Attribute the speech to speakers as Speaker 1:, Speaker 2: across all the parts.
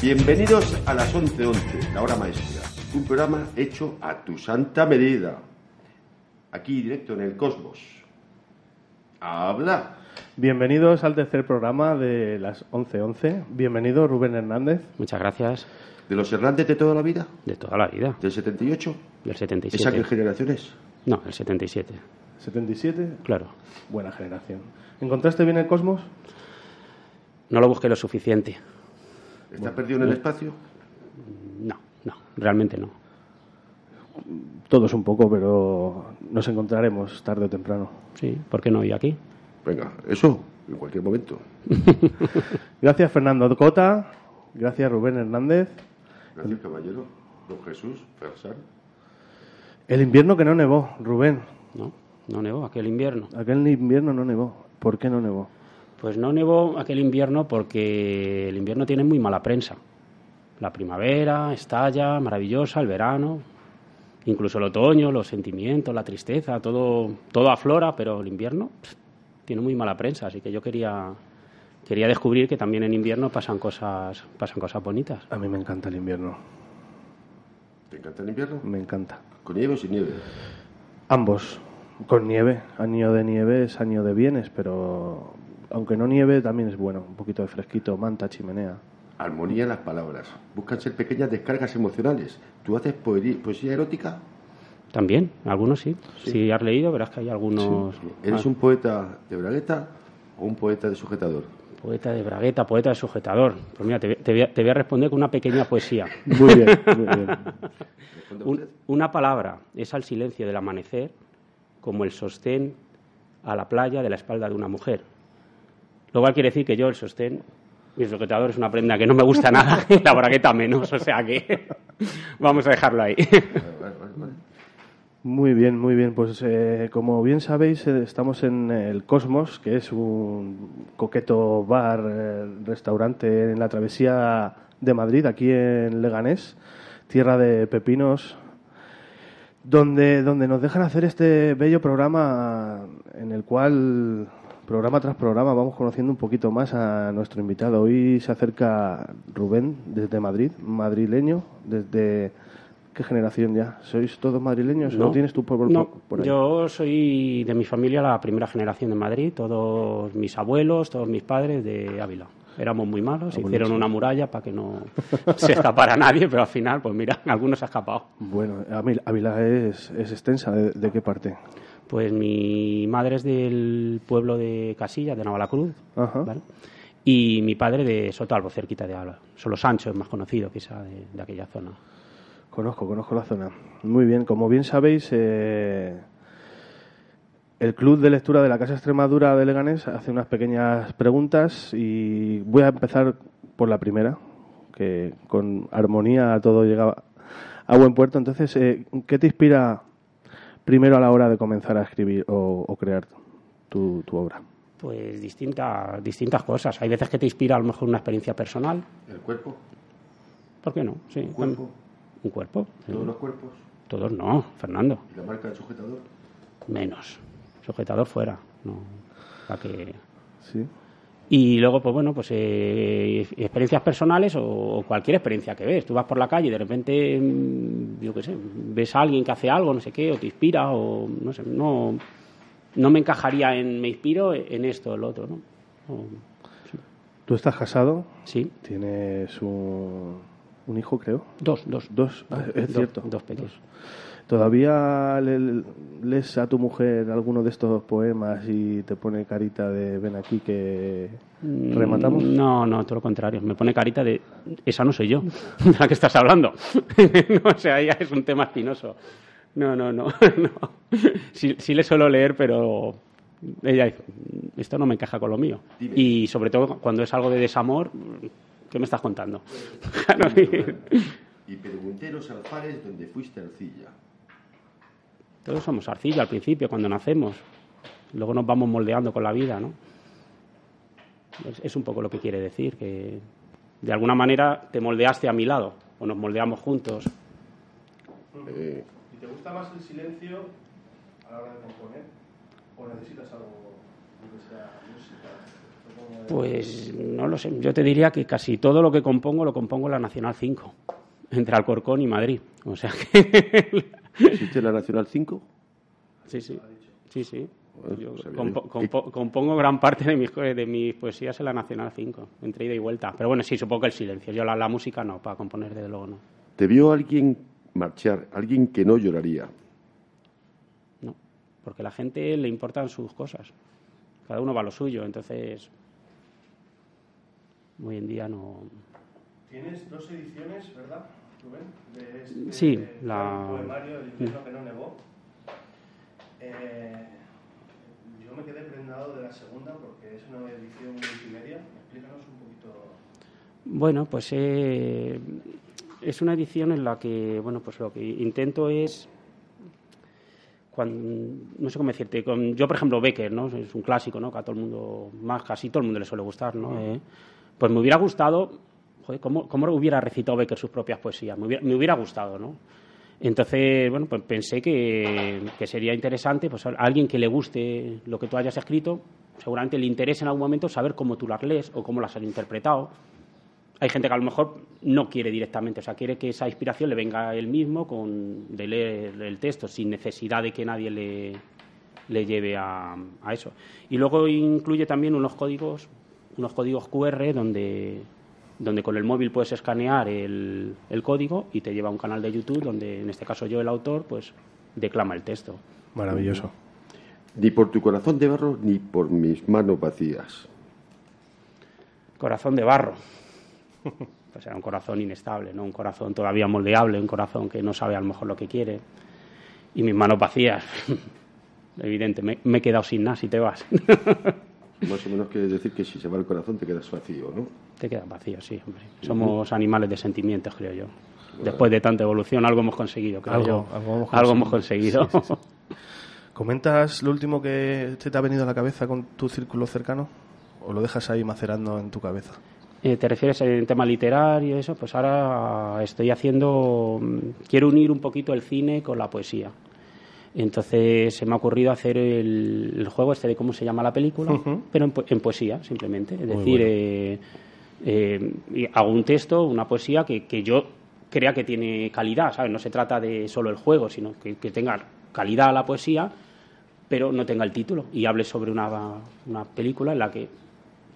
Speaker 1: Bienvenidos a las 11.11, 11, la hora maestra, un programa hecho a tu santa medida, aquí directo en el cosmos. Habla.
Speaker 2: Bienvenidos al tercer programa de las 11.11. 11. Bienvenido Rubén Hernández.
Speaker 3: Muchas gracias.
Speaker 1: ¿De los Hernández de toda la vida?
Speaker 3: De toda la vida.
Speaker 1: ¿Del 78?
Speaker 3: Del 77.
Speaker 1: ¿Esa qué generación es?
Speaker 3: No, del 77.
Speaker 2: ¿77?
Speaker 3: Claro.
Speaker 2: Buena generación. ¿Encontraste bien el cosmos?
Speaker 3: No lo busqué lo suficiente.
Speaker 1: ¿Estás bueno, perdido en el espacio?
Speaker 3: No, no, realmente no.
Speaker 2: Todos un poco, pero nos encontraremos tarde o temprano.
Speaker 3: Sí, ¿por qué no? ¿Y aquí?
Speaker 1: Venga, eso, en cualquier momento.
Speaker 2: gracias, Fernando Cota. Gracias, Rubén Hernández.
Speaker 1: Gracias, caballero. Don Jesús Fersán.
Speaker 2: El invierno que no nevó, Rubén.
Speaker 3: No, no nevó, aquel invierno.
Speaker 2: Aquel invierno no nevó. ¿Por qué no nevó?
Speaker 3: Pues no nevó aquel invierno porque el invierno tiene muy mala prensa. La primavera estalla, maravillosa, el verano, incluso el otoño, los sentimientos, la tristeza, todo, todo aflora, pero el invierno pff, tiene muy mala prensa, así que yo quería, quería descubrir que también en invierno pasan cosas, pasan cosas bonitas.
Speaker 2: A mí me encanta el invierno.
Speaker 1: ¿Te encanta el invierno?
Speaker 2: Me encanta.
Speaker 1: ¿Con nieve o sin nieve?
Speaker 2: Ambos. Con nieve. Año de nieve es año de bienes, pero aunque no nieve, también es bueno. Un poquito de fresquito, manta, chimenea.
Speaker 1: Armonía en las palabras. Buscan ser pequeñas descargas emocionales. ¿Tú haces poesía erótica?
Speaker 3: También, algunos sí. sí. Si has leído, verás que hay algunos. Sí.
Speaker 1: ¿Eres ah. un poeta de bragueta o un poeta de sujetador?
Speaker 3: Poeta de bragueta, poeta de sujetador. Pues mira, te, te, voy, a, te voy, a, responder con una pequeña poesía.
Speaker 2: muy bien, muy bien.
Speaker 3: un, una palabra es al silencio del amanecer como el sostén a la playa de la espalda de una mujer. Lo cual quiere decir que yo el sostén, mi sujetador es una prenda que no me gusta nada y la bragueta menos, o sea que vamos a dejarlo ahí.
Speaker 2: Muy bien, muy bien. Pues eh, como bien sabéis, eh, estamos en el Cosmos, que es un coqueto bar, eh, restaurante en la travesía de Madrid, aquí en Leganés, tierra de pepinos, donde, donde nos dejan hacer este bello programa en el cual programa tras programa vamos conociendo un poquito más a nuestro invitado. Hoy se acerca Rubén desde Madrid, madrileño, desde qué generación ya. ¿Sois todos madrileños
Speaker 3: no,
Speaker 2: o tienes tú por,
Speaker 3: no,
Speaker 2: por ahí?
Speaker 3: Yo soy de mi familia la primera generación de Madrid, todos mis abuelos, todos mis padres de Ávila. Éramos muy malos, Abuelos. hicieron una muralla para que no se escapara nadie, pero al final, pues mira, algunos se ha escapado.
Speaker 2: Bueno, Ávila es, es extensa, ¿De, ¿de qué parte?
Speaker 3: Pues mi madre es del pueblo de Casillas, de Navalacruz, ¿vale? y mi padre de Sotalbo, cerquita de Álava. Solo Sancho es más conocido quizá de, de, aquella zona.
Speaker 2: Conozco, conozco la zona. Muy bien, como bien sabéis, eh, el Club de Lectura de la Casa Extremadura de Leganés hace unas pequeñas preguntas y voy a empezar por la primera, que con armonía todo llegaba a buen puerto. Entonces, eh, ¿qué te inspira primero a la hora de comenzar a escribir o, o crear tu, tu, obra?
Speaker 3: Pues distintas distintas cosas. Hay veces que te inspira a lo mejor una experiencia personal.
Speaker 1: ¿El cuerpo?
Speaker 3: ¿Por qué no? Sí.
Speaker 1: ¿Un cuerpo?
Speaker 3: ¿Un cuerpo?
Speaker 1: ¿Todos sí. los cuerpos?
Speaker 3: Todos no, Fernando.
Speaker 1: ¿Y la marca del sujetador?
Speaker 3: Menos. Sujetador fuera. No. Para que...
Speaker 2: Sí.
Speaker 3: Y luego, pues bueno, pues eh, experiencias personales o, o, cualquier experiencia que ves. Tú vas por la calle y de repente, mm, yo qué sé, ves a alguien que hace algo, no sé qué, o te inspira, o no sé, no, no me encajaría en me inspiro en esto o el otro, ¿no? O,
Speaker 2: sí. ¿Tú estás casado?
Speaker 3: Sí.
Speaker 2: ¿Tienes un,
Speaker 4: un hijo, creo.
Speaker 3: Dos, dos.
Speaker 4: Dos, ah, es
Speaker 3: Dos-
Speaker 4: cierto.
Speaker 3: Dos pequeños.
Speaker 4: ¿Todavía le- lees a tu mujer alguno de estos poemas y te pone carita de ven aquí que rematamos?
Speaker 3: Mm, No, no, todo lo contrario. Me pone carita de. Esa no soy yo, de la que estás hablando. No, o sea, ya es un tema espinoso. No, no, no. no. Sí, sí le suelo leer, pero. Ella dice, esto no me encaja con lo mío.
Speaker 1: Dime.
Speaker 3: Y sobre todo cuando es algo de desamor, ¿qué me estás contando? Claro, y-
Speaker 1: Y pregunté los alfares donde fuiste arcilla.
Speaker 3: Todos somos arcilla al principio, cuando nacemos. Luego nos vamos moldeando con la vida, ¿no? Es, es un poco lo que quiere decir, que de alguna manera te moldeaste a mi lado, o nos moldeamos juntos.
Speaker 4: ¿Y te gusta más el silencio a la hora de componer? ¿O necesitas algo que sea música?
Speaker 3: Pues no lo sé, yo te diría que casi todo lo que compongo lo compongo en la Nacional 5, entre Alcorcón y Madrid. O sea que...
Speaker 1: ¿Existe la Nacional 5?
Speaker 3: Sí, sí. Sí, sí.
Speaker 1: Joder,
Speaker 3: Yo
Speaker 1: no sabía
Speaker 3: compo-
Speaker 1: yo.
Speaker 3: compo- compongo gran parte de mis, co- de mis poesías en la Nacional 5, entre ida y vuelta. Pero bueno, sí, supongo que el silencio. Yo la, la música no, para componer, desde luego no.
Speaker 1: ¿Te vio alguien marchar? Alguien que no lloraría.
Speaker 3: No. Porque a la gente le importan sus cosas. Cada uno va a lo suyo. Entonces, hoy en día no.
Speaker 4: Tienes dos ediciones, ¿verdad, Rubén? De este
Speaker 3: Sí, la-
Speaker 4: poemario, El infierno que no negó. Eh, yo me quedé prendado de la segunda porque es una edición multimedia. Explícanos un poquito.
Speaker 3: Bueno, pues eh, es una edición en la que, bueno, pues lo que intento es cuando, no sé cómo decirte, con- yo por ejemplo Becker, ¿no? Es un clásico, ¿no? Que a todo el mundo, más casi todo el mundo le suele gustar, ¿no? Eh, pues me hubiera gustado, joder, ¿cómo, cómo hubiera recitado Becker sus propias poesías? Me hubiera, me hubiera gustado, ¿no? Entonces, bueno, pues pensé que, que sería interesante, pues a alguien que le guste lo que tú hayas escrito, seguramente le interese en algún momento saber cómo tú las lees o cómo las has interpretado. Hay gente que a lo mejor no quiere directamente, o sea, quiere que esa inspiración le venga él mismo con, de leer el texto sin necesidad de que nadie le, le lleve a, a eso. Y luego incluye también unos códigos, unos códigos QR donde, donde con el móvil puedes escanear el, el código y te lleva a un canal de YouTube donde, en este caso yo, el autor, pues declama el texto.
Speaker 4: Maravilloso.
Speaker 1: Ni por tu corazón de barro, ni por mis manos vacías.
Speaker 3: Corazón de barro. Pues era un corazón inestable, ¿no? Un corazón todavía moldeable, un corazón que no sabe a lo mejor lo que quiere. Y mis manos vacías. Evidente, me, me he quedado sin nada si te vas.
Speaker 1: Más o menos quiere decir que si se va el corazón te quedas vacío, ¿no?
Speaker 3: te quedas vacío, sí, hombre. Somos animales de sentimientos, creo yo. Después de tanta evolución, algo hemos conseguido, creo
Speaker 4: Algo-
Speaker 3: yo.
Speaker 4: algo hemos
Speaker 3: conseguido.
Speaker 4: ¿Comentas lo último que te, ha venido a la cabeza con tu círculo cercano? ¿O lo dejas ahí macerando en tu cabeza?
Speaker 3: Eh, ¿Te refieres en tema literario y eso? Pues ahora estoy haciendo... mm, Quiero unir un poquito el cine con la poesía. Entonces se me ha ocurrido hacer el, el juego este de cómo se llama la película, pero en, po- en poesía simplemente. Es decir, eh, eh, y hago un texto, una poesía que, que yo crea que tiene calidad, ¿sabes? No se trata de solo el juego, sino que, que tenga calidad la poesía, pero no tenga el título y hable sobre una, una película en la que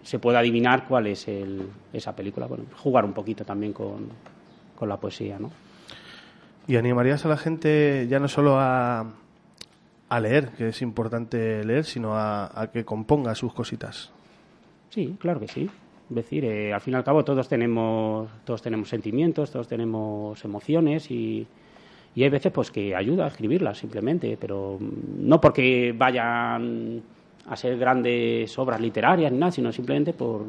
Speaker 3: se pueda adivinar cuál es el- esa película. Bueno, jugar un poquito también con, con la poesía, ¿no?
Speaker 4: ¿Y animarías a la gente ya no solo a, a leer, que es importante leer, sino a, a que componga sus cositas?
Speaker 3: Sí, claro que sí. Es decir, eh, al fin y al cabo todos tenemos, todos tenemos sentimientos, todos tenemos emociones y, y hay veces pues que ayuda a escribirlas simplemente, pero mm, no porque vayan a ser grandes obras literarias ni nada, sino simplemente por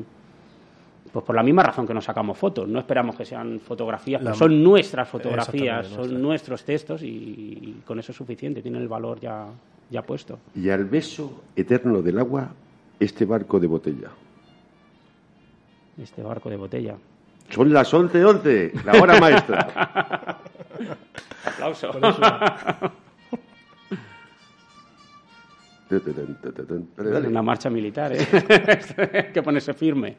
Speaker 3: pues por la misma razón que nos sacamos fotos, no esperamos que sean fotografías,
Speaker 4: La-
Speaker 3: pero son nuestras
Speaker 4: Exactamente,
Speaker 3: fotografías, son
Speaker 4: nuestras.
Speaker 3: nuestros textos y, y con eso es suficiente, tiene el valor ya, ya puesto.
Speaker 1: Y al beso eterno del agua, este barco de botella.
Speaker 3: Este barco de botella.
Speaker 1: Son las 11.11, la hora maestra.
Speaker 3: Aplauso. Una marcha militar, ¿eh? Hay que ponerse firme.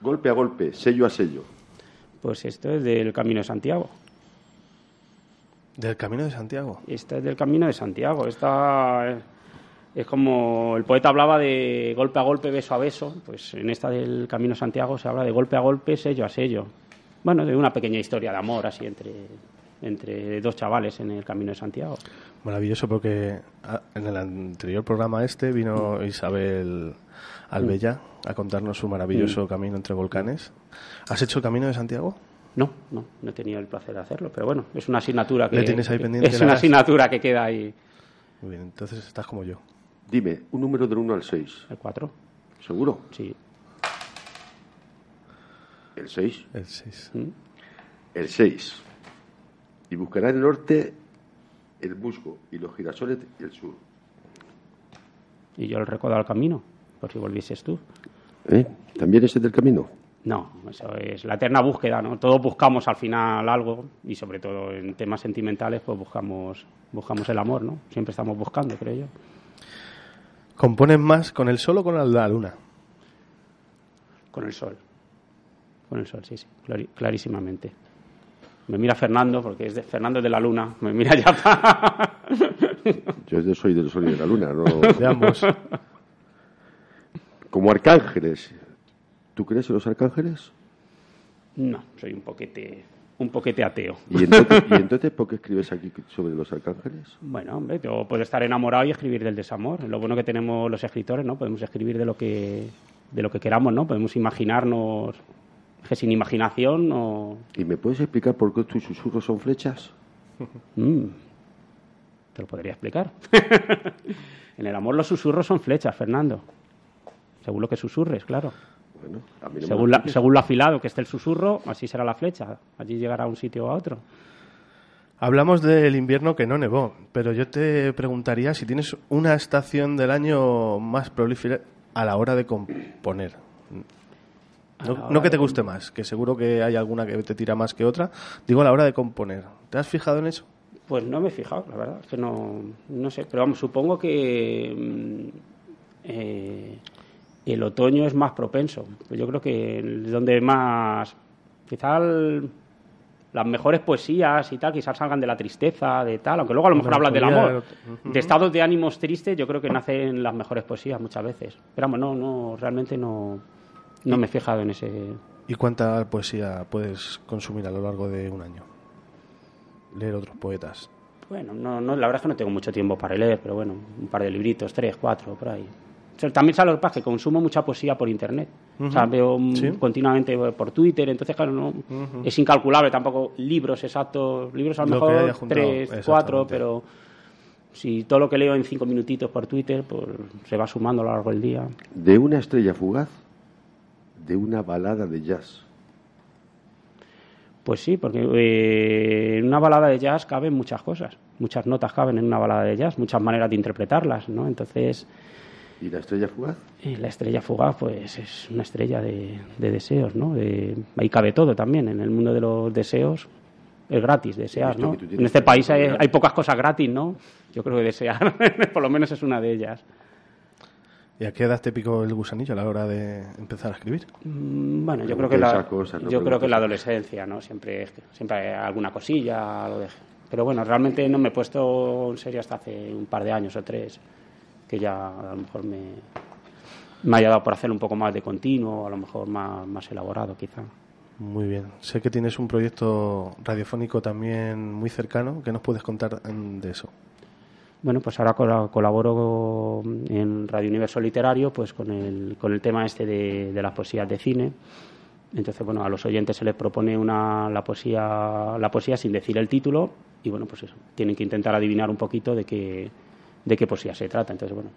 Speaker 1: Golpe a golpe, sello a sello.
Speaker 3: Pues esto es del Camino de Santiago.
Speaker 4: Del Camino de Santiago.
Speaker 3: Esta es del Camino de Santiago. Esta es, es como el poeta hablaba de golpe a golpe, beso a beso. Pues en esta del Camino de Santiago se habla de golpe a golpe, sello a sello. bueno, de una pequeña historia de amor así entre, entre dos chavales en el Camino de Santiago.
Speaker 2: Maravilloso porque ah, en el anterior programa este vino Isabel Albella a contarnos su maravilloso camino entre volcanes. ¿Has hecho el Camino de Santiago?
Speaker 3: No, no, no he tenido el placer de hacerlo, pero bueno, es una asignatura que
Speaker 2: Le tienes ahí
Speaker 3: que-
Speaker 2: pendiente
Speaker 3: es
Speaker 2: la
Speaker 3: una
Speaker 2: casa.
Speaker 3: asignatura que queda ahí
Speaker 2: Muy bien, entonces estás como yo.
Speaker 1: Dime, un número del 1 al 6.
Speaker 3: el 4.
Speaker 1: ¿Seguro?
Speaker 3: Sí.
Speaker 1: El 6.
Speaker 2: El 6.
Speaker 1: El 6. Y buscará el norte, el musgo y los girasoles y el sur.
Speaker 3: Y yo el recodo al camino, por si volvieses tú.
Speaker 1: ¿Eh? ¿También ese del camino?
Speaker 3: No, eso es la eterna búsqueda, ¿no? Todos buscamos al final algo y sobre todo en temas sentimentales pues buscamos buscamos el amor, ¿no? Siempre estamos buscando, creo yo.
Speaker 2: ¿Compones más con el sol o con la luna?
Speaker 3: Con el sol. Con el sol, sí, sí, clari- clarísimamente. Me mira Fernando, porque es de Fernando es de la Luna. Me mira ya pa-
Speaker 1: Yo es de- soy del sol y de la luna, ¿no?
Speaker 2: De ambos.
Speaker 1: Como arcángeles. ¿Tú crees en los arcángeles?
Speaker 3: No, soy un poquete, un poquete ateo.
Speaker 1: ¿Y entonces, ¿y entonces por qué escribes aquí sobre los arcángeles?
Speaker 3: Bueno, hombre, yo puedo estar enamorado y escribir del desamor. Lo bueno que tenemos los escritores, ¿no? Podemos escribir de lo que, de lo que queramos, ¿no? Podemos imaginarnos que sin imaginación no...
Speaker 1: ¿Y me puedes explicar por qué tus susurros son flechas?
Speaker 3: Mm. Te lo podría explicar. en el amor los susurros son flechas, Fernando. Según lo que susurres, claro.
Speaker 1: Bueno, a mí no me
Speaker 3: Según,
Speaker 1: lo
Speaker 3: la- según lo afilado que esté el susurro, así será la flecha. Allí llegará a un sitio o a otro.
Speaker 2: Hablamos del invierno que no nevó, pero yo te preguntaría si tienes una estación del año más prolífera a la hora de componer.
Speaker 3: A la
Speaker 2: No,
Speaker 3: hora
Speaker 2: no que te
Speaker 3: de
Speaker 2: guste más, que seguro que hay alguna que te tira más que otra. Digo a la hora de componer. ¿Te has fijado en eso?
Speaker 3: Pues no me he fijado, la verdad, es que no, no sé, pero vamos, supongo que mm, eh, el otoño es más propenso. Pues Yo creo que el- donde más, quizá el- las mejores poesías y tal, quizás salgan de la tristeza, de tal, aunque luego a lo
Speaker 2: La
Speaker 3: mejor hablan del
Speaker 2: melancolía
Speaker 3: amor,
Speaker 2: del ot-
Speaker 3: de estados de ánimos tristes, yo creo que nacen las mejores poesías muchas veces. Pero vamos, no, no, realmente no, no me he fijado en ese.
Speaker 2: ¿Y cuánta poesía puedes consumir a lo largo de un año? Leer otros poetas.
Speaker 3: Bueno, no, no, la verdad es que no tengo mucho tiempo para leer, pero bueno, un par de libritos, tres, cuatro, por ahí. O sea, También sabes lo que pasa, que consumo mucha poesía por internet. O sea, veo mm,
Speaker 2: Sí.
Speaker 3: continuamente por Twitter, entonces, claro, no, es incalculable tampoco libros exactos, libros a
Speaker 2: Lo
Speaker 3: lo,
Speaker 2: que
Speaker 3: mejor
Speaker 2: haya juntado,
Speaker 3: tres,
Speaker 2: exactamente.
Speaker 3: cuatro, pero si todo lo que leo en cinco minutitos por Twitter, pues se va sumando a lo largo del día.
Speaker 1: De una estrella fugaz, de una balada de jazz.
Speaker 3: Pues sí, porque eh, en una balada de jazz caben muchas cosas, muchas notas caben en una balada de jazz, muchas maneras de interpretarlas, ¿no? Entonces.
Speaker 1: ¿Y la estrella fugaz?
Speaker 3: Eh, La estrella fugaz, pues es una estrella de, de deseos, ¿no? De- ahí cabe todo también, en el mundo de los deseos es gratis desear,
Speaker 1: Visto
Speaker 3: ¿no?
Speaker 1: que tú tienes
Speaker 3: En este
Speaker 1: que-
Speaker 3: país hay, hay pocas cosas gratis, ¿no? Yo creo que desear, por lo menos es una de ellas.
Speaker 2: ¿Y a qué edad te picó el gusanillo a la hora de empezar a escribir?
Speaker 3: Mm, Bueno, yo creo
Speaker 1: Pregunta
Speaker 3: que la,
Speaker 1: esas cosas, no
Speaker 3: yo creo
Speaker 1: pregunta
Speaker 3: que la
Speaker 1: esas-
Speaker 3: adolescencia, ¿no? Siempre, siempre hay alguna cosilla, lo de- Pero bueno, realmente no me he puesto en serio hasta hace un par de años o tres, que ya a lo mejor me, me haya dado por hacer un poco más de continuo, a lo mejor más, más elaborado quizá.
Speaker 2: Muy bien. Sé que tienes un proyecto radiofónico también muy cercano. ¿Qué nos puedes contar mm, de eso?
Speaker 3: Bueno, pues ahora cola- colaboro en Radio Universo Literario pues con el, con el tema este de, de las poesías de cine. Entonces, bueno, a los oyentes se les propone una, la, poesía, la poesía sin decir el título y, bueno, pues eso, tienen que intentar adivinar un poquito de qué, de qué poesía se trata. Entonces, bueno,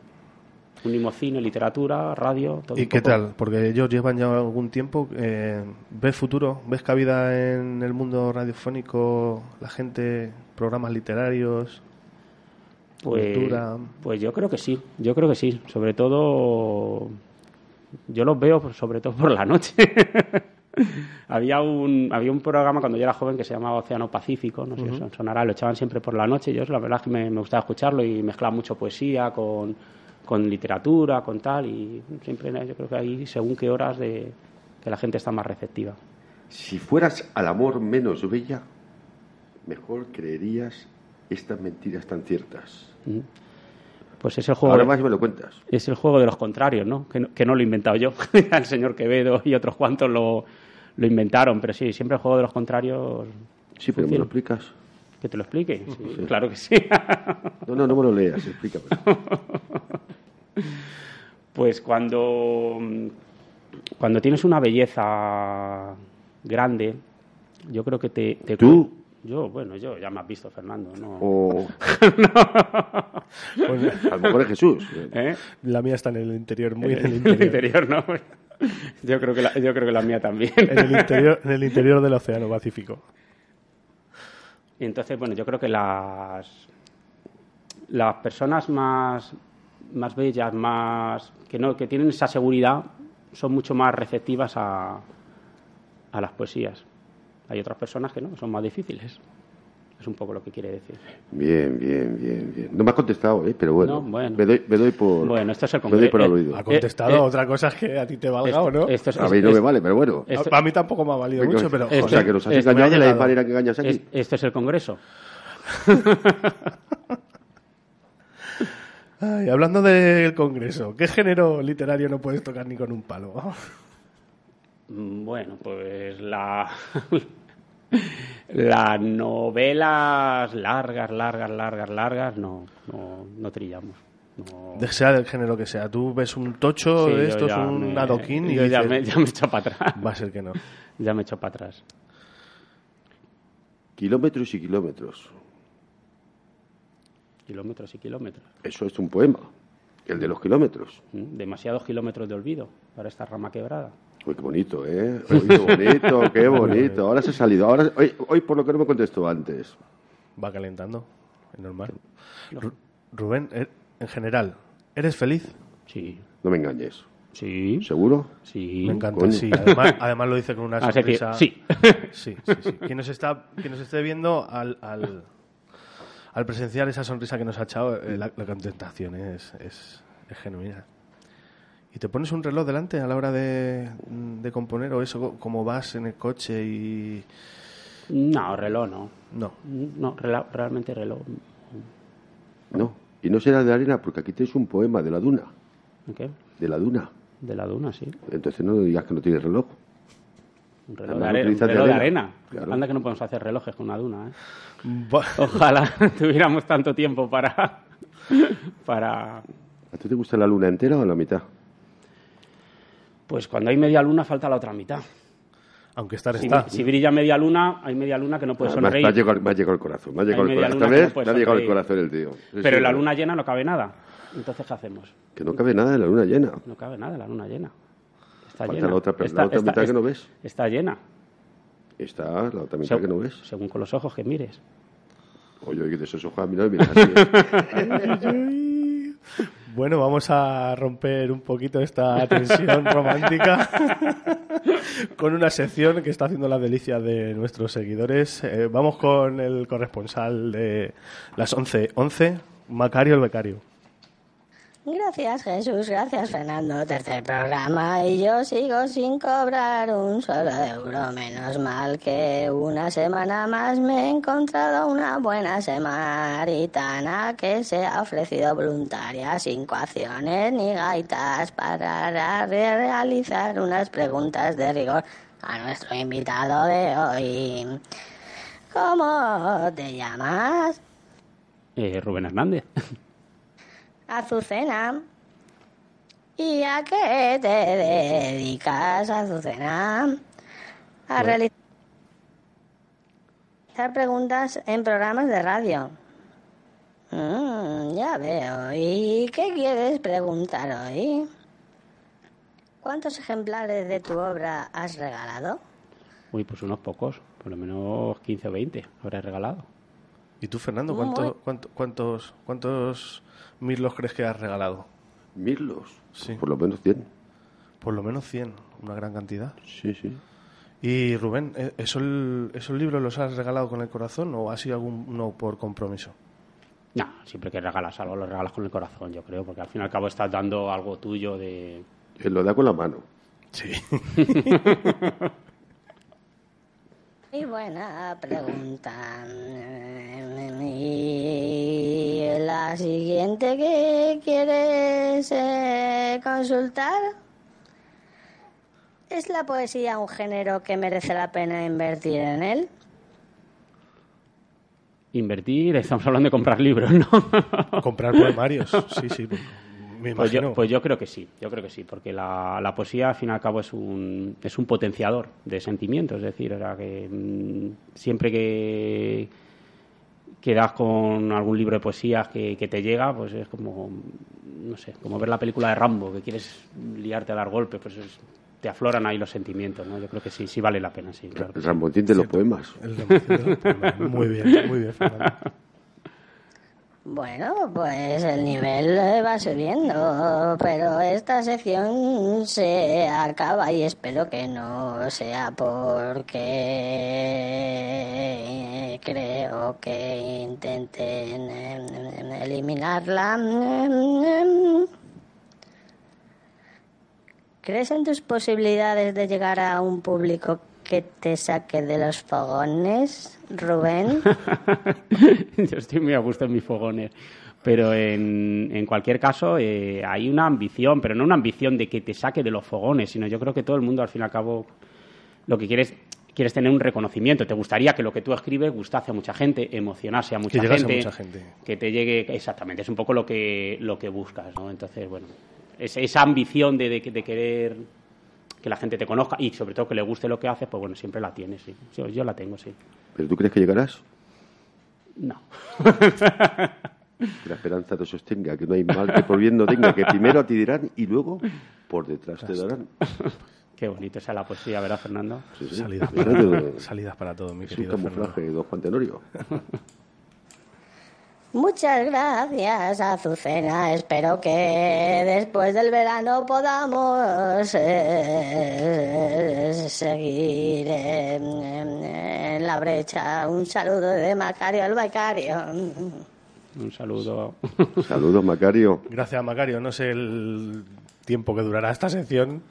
Speaker 3: unimos cine, literatura, radio, todo
Speaker 2: ¿Y
Speaker 3: un
Speaker 2: qué
Speaker 3: poco.
Speaker 2: tal? Porque ellos llevan ya algún tiempo. eh, ¿Ves futuro? ¿Ves cabida en el mundo radiofónico? ¿La gente? ¿Programas literarios?
Speaker 3: Pues,
Speaker 2: Cultura.
Speaker 3: pues yo creo que sí, yo creo que sí. Sobre todo, yo los veo por- sobre todo por la noche. había, un, había un programa cuando yo era joven que se llamaba Océano Pacífico, no sé si os sonará, lo echaban siempre por la noche. Yo la verdad es que me, me gustaba escucharlo y mezclaba mucho poesía con, con literatura, con tal. Y siempre eh, yo creo que ahí, según qué horas, de, que la gente está más receptiva.
Speaker 1: Si fueras al amor menos bella, mejor creerías estas mentiras tan ciertas.
Speaker 3: Pues es el juego.
Speaker 1: Ahora
Speaker 3: de-
Speaker 1: más me lo cuentas.
Speaker 3: es el juego de los contrarios, ¿no? Que no, que no lo he inventado yo. El señor Quevedo y otros cuantos lo, lo inventaron, pero sí, siempre el juego de los contrarios.
Speaker 1: Sí, pero me lo
Speaker 3: funciona.
Speaker 1: explicas.
Speaker 3: Que te lo explique. Sí, Claro que sí.
Speaker 1: No, no, no me lo leas, explícame.
Speaker 3: Pues cuando, cuando tienes una belleza grande, yo creo que te... te-
Speaker 1: ¿Tú? Oh.
Speaker 3: Yo, bueno, yo, ya me has visto, Fernando. No.
Speaker 1: O pues, a lo mejor es Jesús.
Speaker 3: ¿Eh?
Speaker 2: Pues La mía está en el interior, muy en el
Speaker 3: El
Speaker 2: interior.
Speaker 3: interior, no. Yo creo que la, yo creo que la mía también.
Speaker 2: En el interior, en el interior del Océano Pacífico.
Speaker 3: Y entonces, bueno, yo creo que las, las personas más, más bellas, más que, no, que tienen esa seguridad, son mucho más receptivas a, a las poesías. Hay otras personas que no, que son más difíciles. Es un poco lo que quiere decir.
Speaker 1: Bien, bien, bien, bien. No me has contestado, ¿eh? pero bueno.
Speaker 3: No, bueno.
Speaker 1: Me, doy, me doy por.
Speaker 3: Bueno, esto es el
Speaker 1: me doy por
Speaker 3: congre-
Speaker 1: aludido.
Speaker 2: Ha
Speaker 3: con-
Speaker 2: contestado
Speaker 3: eh.
Speaker 2: otra cosa es que a ti te valga
Speaker 3: Esto-
Speaker 2: o Pues no.
Speaker 3: esto es-
Speaker 1: A mí no me vale, pero bueno.
Speaker 3: esto-
Speaker 2: a, a mí tampoco me ha valido mucho, pero.
Speaker 1: o sea,
Speaker 2: joder,
Speaker 1: que nos has
Speaker 3: esto me ha
Speaker 1: engañado de la
Speaker 3: llegado.
Speaker 1: manera que engañas aquí.
Speaker 3: es- esto es el Congreso.
Speaker 2: ay, hablando del Congreso, ¿qué género literario no puedes tocar ni con un palo?
Speaker 3: Mm, Bueno, pues la. Las novelas largas, largas, largas, largas, no, no, no trillamos. No.
Speaker 2: De- sea del género que sea. Tú ves un tocho
Speaker 3: Sí, yo
Speaker 2: de estos,
Speaker 3: ya
Speaker 2: un
Speaker 3: me-
Speaker 2: adoquín y
Speaker 3: yo ya,
Speaker 2: dices,
Speaker 3: me, ya me echo para atrás.
Speaker 2: va a ser que no.
Speaker 3: Ya me echo para atrás.
Speaker 1: Kilómetros y kilómetros.
Speaker 3: Kilómetros y kilómetros.
Speaker 1: Eso es un poema. El de los kilómetros.
Speaker 3: Mm, Demasiados kilómetros de olvido para esta rama quebrada.
Speaker 1: Uy, qué bonito, ¿eh? Uy, qué bonito, qué bonito. Ahora se ha salido. Ahora, hoy, hoy por lo que no me contestó antes.
Speaker 2: Va calentando, es normal. Ru- Rubén, eh, en general, ¿eres feliz?
Speaker 3: Sí,
Speaker 1: No me engañes.
Speaker 3: sí,
Speaker 1: ¿Seguro?
Speaker 3: sí.
Speaker 2: Me encanta,
Speaker 1: coño.
Speaker 2: sí. Además, además lo dice con una
Speaker 3: Ah, sé que-
Speaker 2: sonrisa.
Speaker 3: sí.
Speaker 2: Sí, sí, sí. Quien nos, está, quien nos esté viendo al, al, al presenciar esa sonrisa que nos ha echado, eh, la, la contestación es, es, es genuina. ¿Y te pones un reloj delante a la hora de, de componer o eso, co- como vas en el coche y...?
Speaker 3: No, reloj no.
Speaker 2: No.
Speaker 3: No, rela- realmente reloj.
Speaker 1: No. Y no será de arena, porque aquí tienes un poema de la duna.
Speaker 3: ¿Qué?
Speaker 1: De la duna.
Speaker 3: De la duna, sí.
Speaker 1: Entonces no digas que no tienes reloj.
Speaker 3: Un
Speaker 1: Además, lo
Speaker 3: reloj, de arena, un
Speaker 1: utilizas de
Speaker 3: reloj de
Speaker 1: arena.
Speaker 3: arena.
Speaker 1: Claro.
Speaker 3: Anda que no podemos hacer relojes con una duna. ¿eh?
Speaker 2: Va-
Speaker 3: Ojalá tuviéramos tanto tiempo para, para...
Speaker 1: ¿A ti te gusta la luna entera o la mitad?
Speaker 3: Pues cuando hay media luna falta la otra mitad.
Speaker 2: Aunque estar
Speaker 3: Si,
Speaker 2: está.
Speaker 3: si brilla media luna, hay media luna que no puede
Speaker 1: Ah, me, me ha
Speaker 3: Pues sonreír.
Speaker 1: llegado, me ha llegado el corazón. Me ha llegado
Speaker 3: Hay
Speaker 1: el
Speaker 3: media
Speaker 1: corazón.
Speaker 3: luna que
Speaker 1: ¿Ves?
Speaker 3: no puede
Speaker 1: Me ha llegado el
Speaker 3: sonreír.
Speaker 1: corazón el tío. Sí,
Speaker 3: Pero
Speaker 1: sí,
Speaker 3: en la
Speaker 1: no.
Speaker 3: luna llena no cabe nada. Entonces, ¿qué hacemos?
Speaker 1: Que no cabe nada en la luna llena.
Speaker 3: No cabe nada en la luna llena. Está
Speaker 1: Falta
Speaker 3: llena.
Speaker 1: la otra- la otra mitad que no ves.
Speaker 3: Está llena.
Speaker 1: Está la otra mitad
Speaker 3: Seg-
Speaker 1: que no ves.
Speaker 3: Según con los ojos que mires.
Speaker 1: Oye, oye, que te esos ojos a mí no me miras así.
Speaker 2: Bueno, vamos a romper un poquito esta tensión romántica con una sección que está haciendo las delicias de nuestros seguidores. Eh, vamos con el corresponsal de las 11.11, 11, Macario el Becario.
Speaker 5: Gracias Jesús, gracias Fernando, tercer programa y yo sigo sin cobrar un solo euro, menos mal que una semana más me he encontrado una buena samaritana que se ha ofrecido voluntaria sin coacciones ni gaitas para re- realizar unas preguntas de rigor a nuestro invitado de hoy. ¿Cómo te llamas?
Speaker 3: Eh, Rubén Hernández.
Speaker 5: Azucena. ¿Y a qué te dedicas, Azucena? A realizar preguntas en programas de radio. Mm, ya veo. ¿Y qué quieres preguntar hoy? ¿Cuántos ejemplares de tu obra has regalado?
Speaker 3: Uy, pues unos pocos. Por lo menos 15 o 20 habré regalado.
Speaker 2: ¿Y tú, Fernando,
Speaker 5: Muy-
Speaker 2: cuánto, cuánto- cuántos, cuántos mirlos crees que has regalado?
Speaker 1: Mirlos.
Speaker 2: Sí.
Speaker 1: Por lo menos 100.
Speaker 2: Por lo menos 100, una gran cantidad.
Speaker 1: Sí, sí.
Speaker 2: Y Rubén, eh, ¿esos, esos libros los has regalado con el corazón o ha sido alguno por compromiso?
Speaker 3: No, siempre que regalas algo, lo regalas con el corazón, yo creo, porque al fin y al cabo estás dando algo tuyo de...
Speaker 1: Él lo da con la mano.
Speaker 2: Sí.
Speaker 5: Muy buena pregunta. Y la siguiente que quieres eh, consultar ¿Es la poesía un género que merece la pena invertir en él?
Speaker 3: Invertir, estamos hablando de comprar libros, ¿no?
Speaker 2: Comprar poemarios. Sí, sí. Me
Speaker 3: Pues
Speaker 2: imagino.
Speaker 3: yo, pues yo creo que sí, yo creo que sí, porque la, la poesía al fin y al cabo es un, es un potenciador de sentimientos, es decir, o sea, que mm, siempre que, que das con algún libro de poesía que, que te llega, pues es como, no sé, como ver la película de Rambo, que quieres liarte a dar golpes, pues es- te afloran ahí los sentimientos, ¿no? Yo creo que sí, sí vale la pena, sí, claro.
Speaker 1: El Rambotín de los poemas.
Speaker 2: El remoción del poema. Muy bien, muy bien, Fernando.
Speaker 5: Bueno, pues el nivel eh, va subiendo, pero esta sección se acaba y espero que no sea porque creo que intenten em, eliminarla. ¿Crees en tus posibilidades de llegar a un público que te saque de los fogones, Rubén?
Speaker 3: Yo estoy muy a gusto en mis fogones. Pero en, en cualquier caso, eh, hay una ambición, pero no una ambición de que te saque de los fogones, sino yo creo que todo el mundo, al fin y al cabo, lo que quieres quieres tener un reconocimiento. Te gustaría que lo que tú escribes gustase a mucha gente, emocionase a mucha,
Speaker 2: llegase a
Speaker 3: gente,
Speaker 2: mucha gente.
Speaker 3: Que te llegue. Exactamente, es un poco lo que, lo que buscas, ¿no? Entonces, bueno, es- esa ambición de, de, de querer que la gente te conozca y sobre todo que le guste lo que haces, pues bueno, siempre la tienes, sí. Yo, yo la tengo, sí.
Speaker 1: ¿Pero tú crees que llegarás?
Speaker 3: No.
Speaker 1: Que la esperanza te sostenga, que no hay mal que por bien no tenga, que primero a ti dirán y luego por detrás te darán.
Speaker 3: Qué bonito esa la poesía, ¿verdad, Fernando?
Speaker 1: Sí, sí.
Speaker 2: Salidas
Speaker 1: Fíjate,
Speaker 2: para, salidas para todo, mi
Speaker 1: Es un
Speaker 2: querido
Speaker 1: camuflaje de
Speaker 2: Fernando.
Speaker 1: Don Juan Tenorio.
Speaker 5: Muchas gracias, Azucena. Espero que después del verano podamos eh, seguir en, en- en la brecha. Un saludo de Macario al Becario.
Speaker 3: Un saludo.
Speaker 1: Saludos, Macario.
Speaker 2: Gracias, Macario. No sé el tiempo que durará esta sección,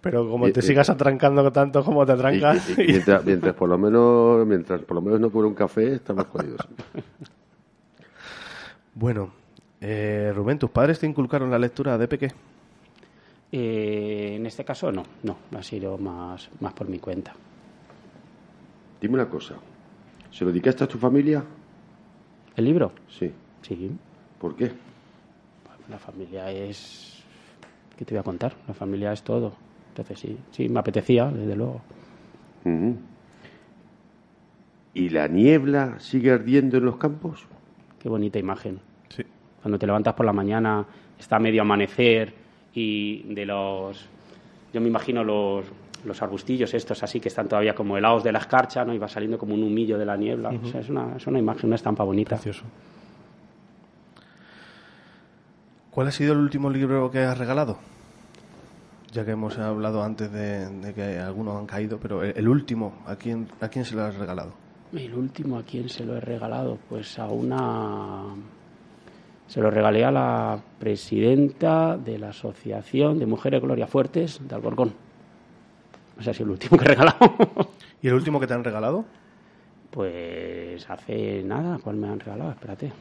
Speaker 2: pero como
Speaker 1: Y-
Speaker 2: te
Speaker 1: y-
Speaker 2: sigas atrancando tanto como te
Speaker 1: Y-
Speaker 2: atrancas.
Speaker 1: y- y mientras, mientras por lo menos mientras por lo menos no por un café estamos jodidos.
Speaker 2: Bueno, eh, Rubén, ¿tus padres te inculcaron la lectura de peque?
Speaker 3: Eh, en este caso, no, no, ha sido más, más por mi cuenta.
Speaker 1: Dime una cosa. ¿Se lo dedicaste a tu familia?
Speaker 3: ¿El libro?
Speaker 1: Sí.
Speaker 3: Sí.
Speaker 1: ¿Por qué?
Speaker 3: La familia es. ¿Qué te voy a contar? La familia es todo. Entonces, sí, sí, me apetecía, desde luego.
Speaker 1: Ujú. ¿Y la niebla sigue ardiendo en los campos?
Speaker 3: Qué bonita imagen.
Speaker 2: Sí.
Speaker 3: Cuando te levantas por la mañana, está medio amanecer y de los. Yo me imagino los, los arbustillos estos así que están todavía como helados de la escarcha, ¿no? Y va saliendo como un humillo de la niebla. O sea, es una, es una imagen, una estampa bonita.
Speaker 2: Precioso. ¿Cuál ha sido el último libro que has regalado? Ya que hemos hablado antes de, de que algunos han caído, pero el, el último, ¿a quién, ¿a quién se lo has regalado?
Speaker 3: El último, ¿a quién se lo he regalado? Pues a una... Se lo regalé a la presidenta de la Asociación de Mujeres Gloria Fuertes de Alborgón. O sea, es el último que he regalado.
Speaker 2: ¿Y el último que te han regalado?
Speaker 3: pues hace nada, ¿cuál me han regalado? Espérate.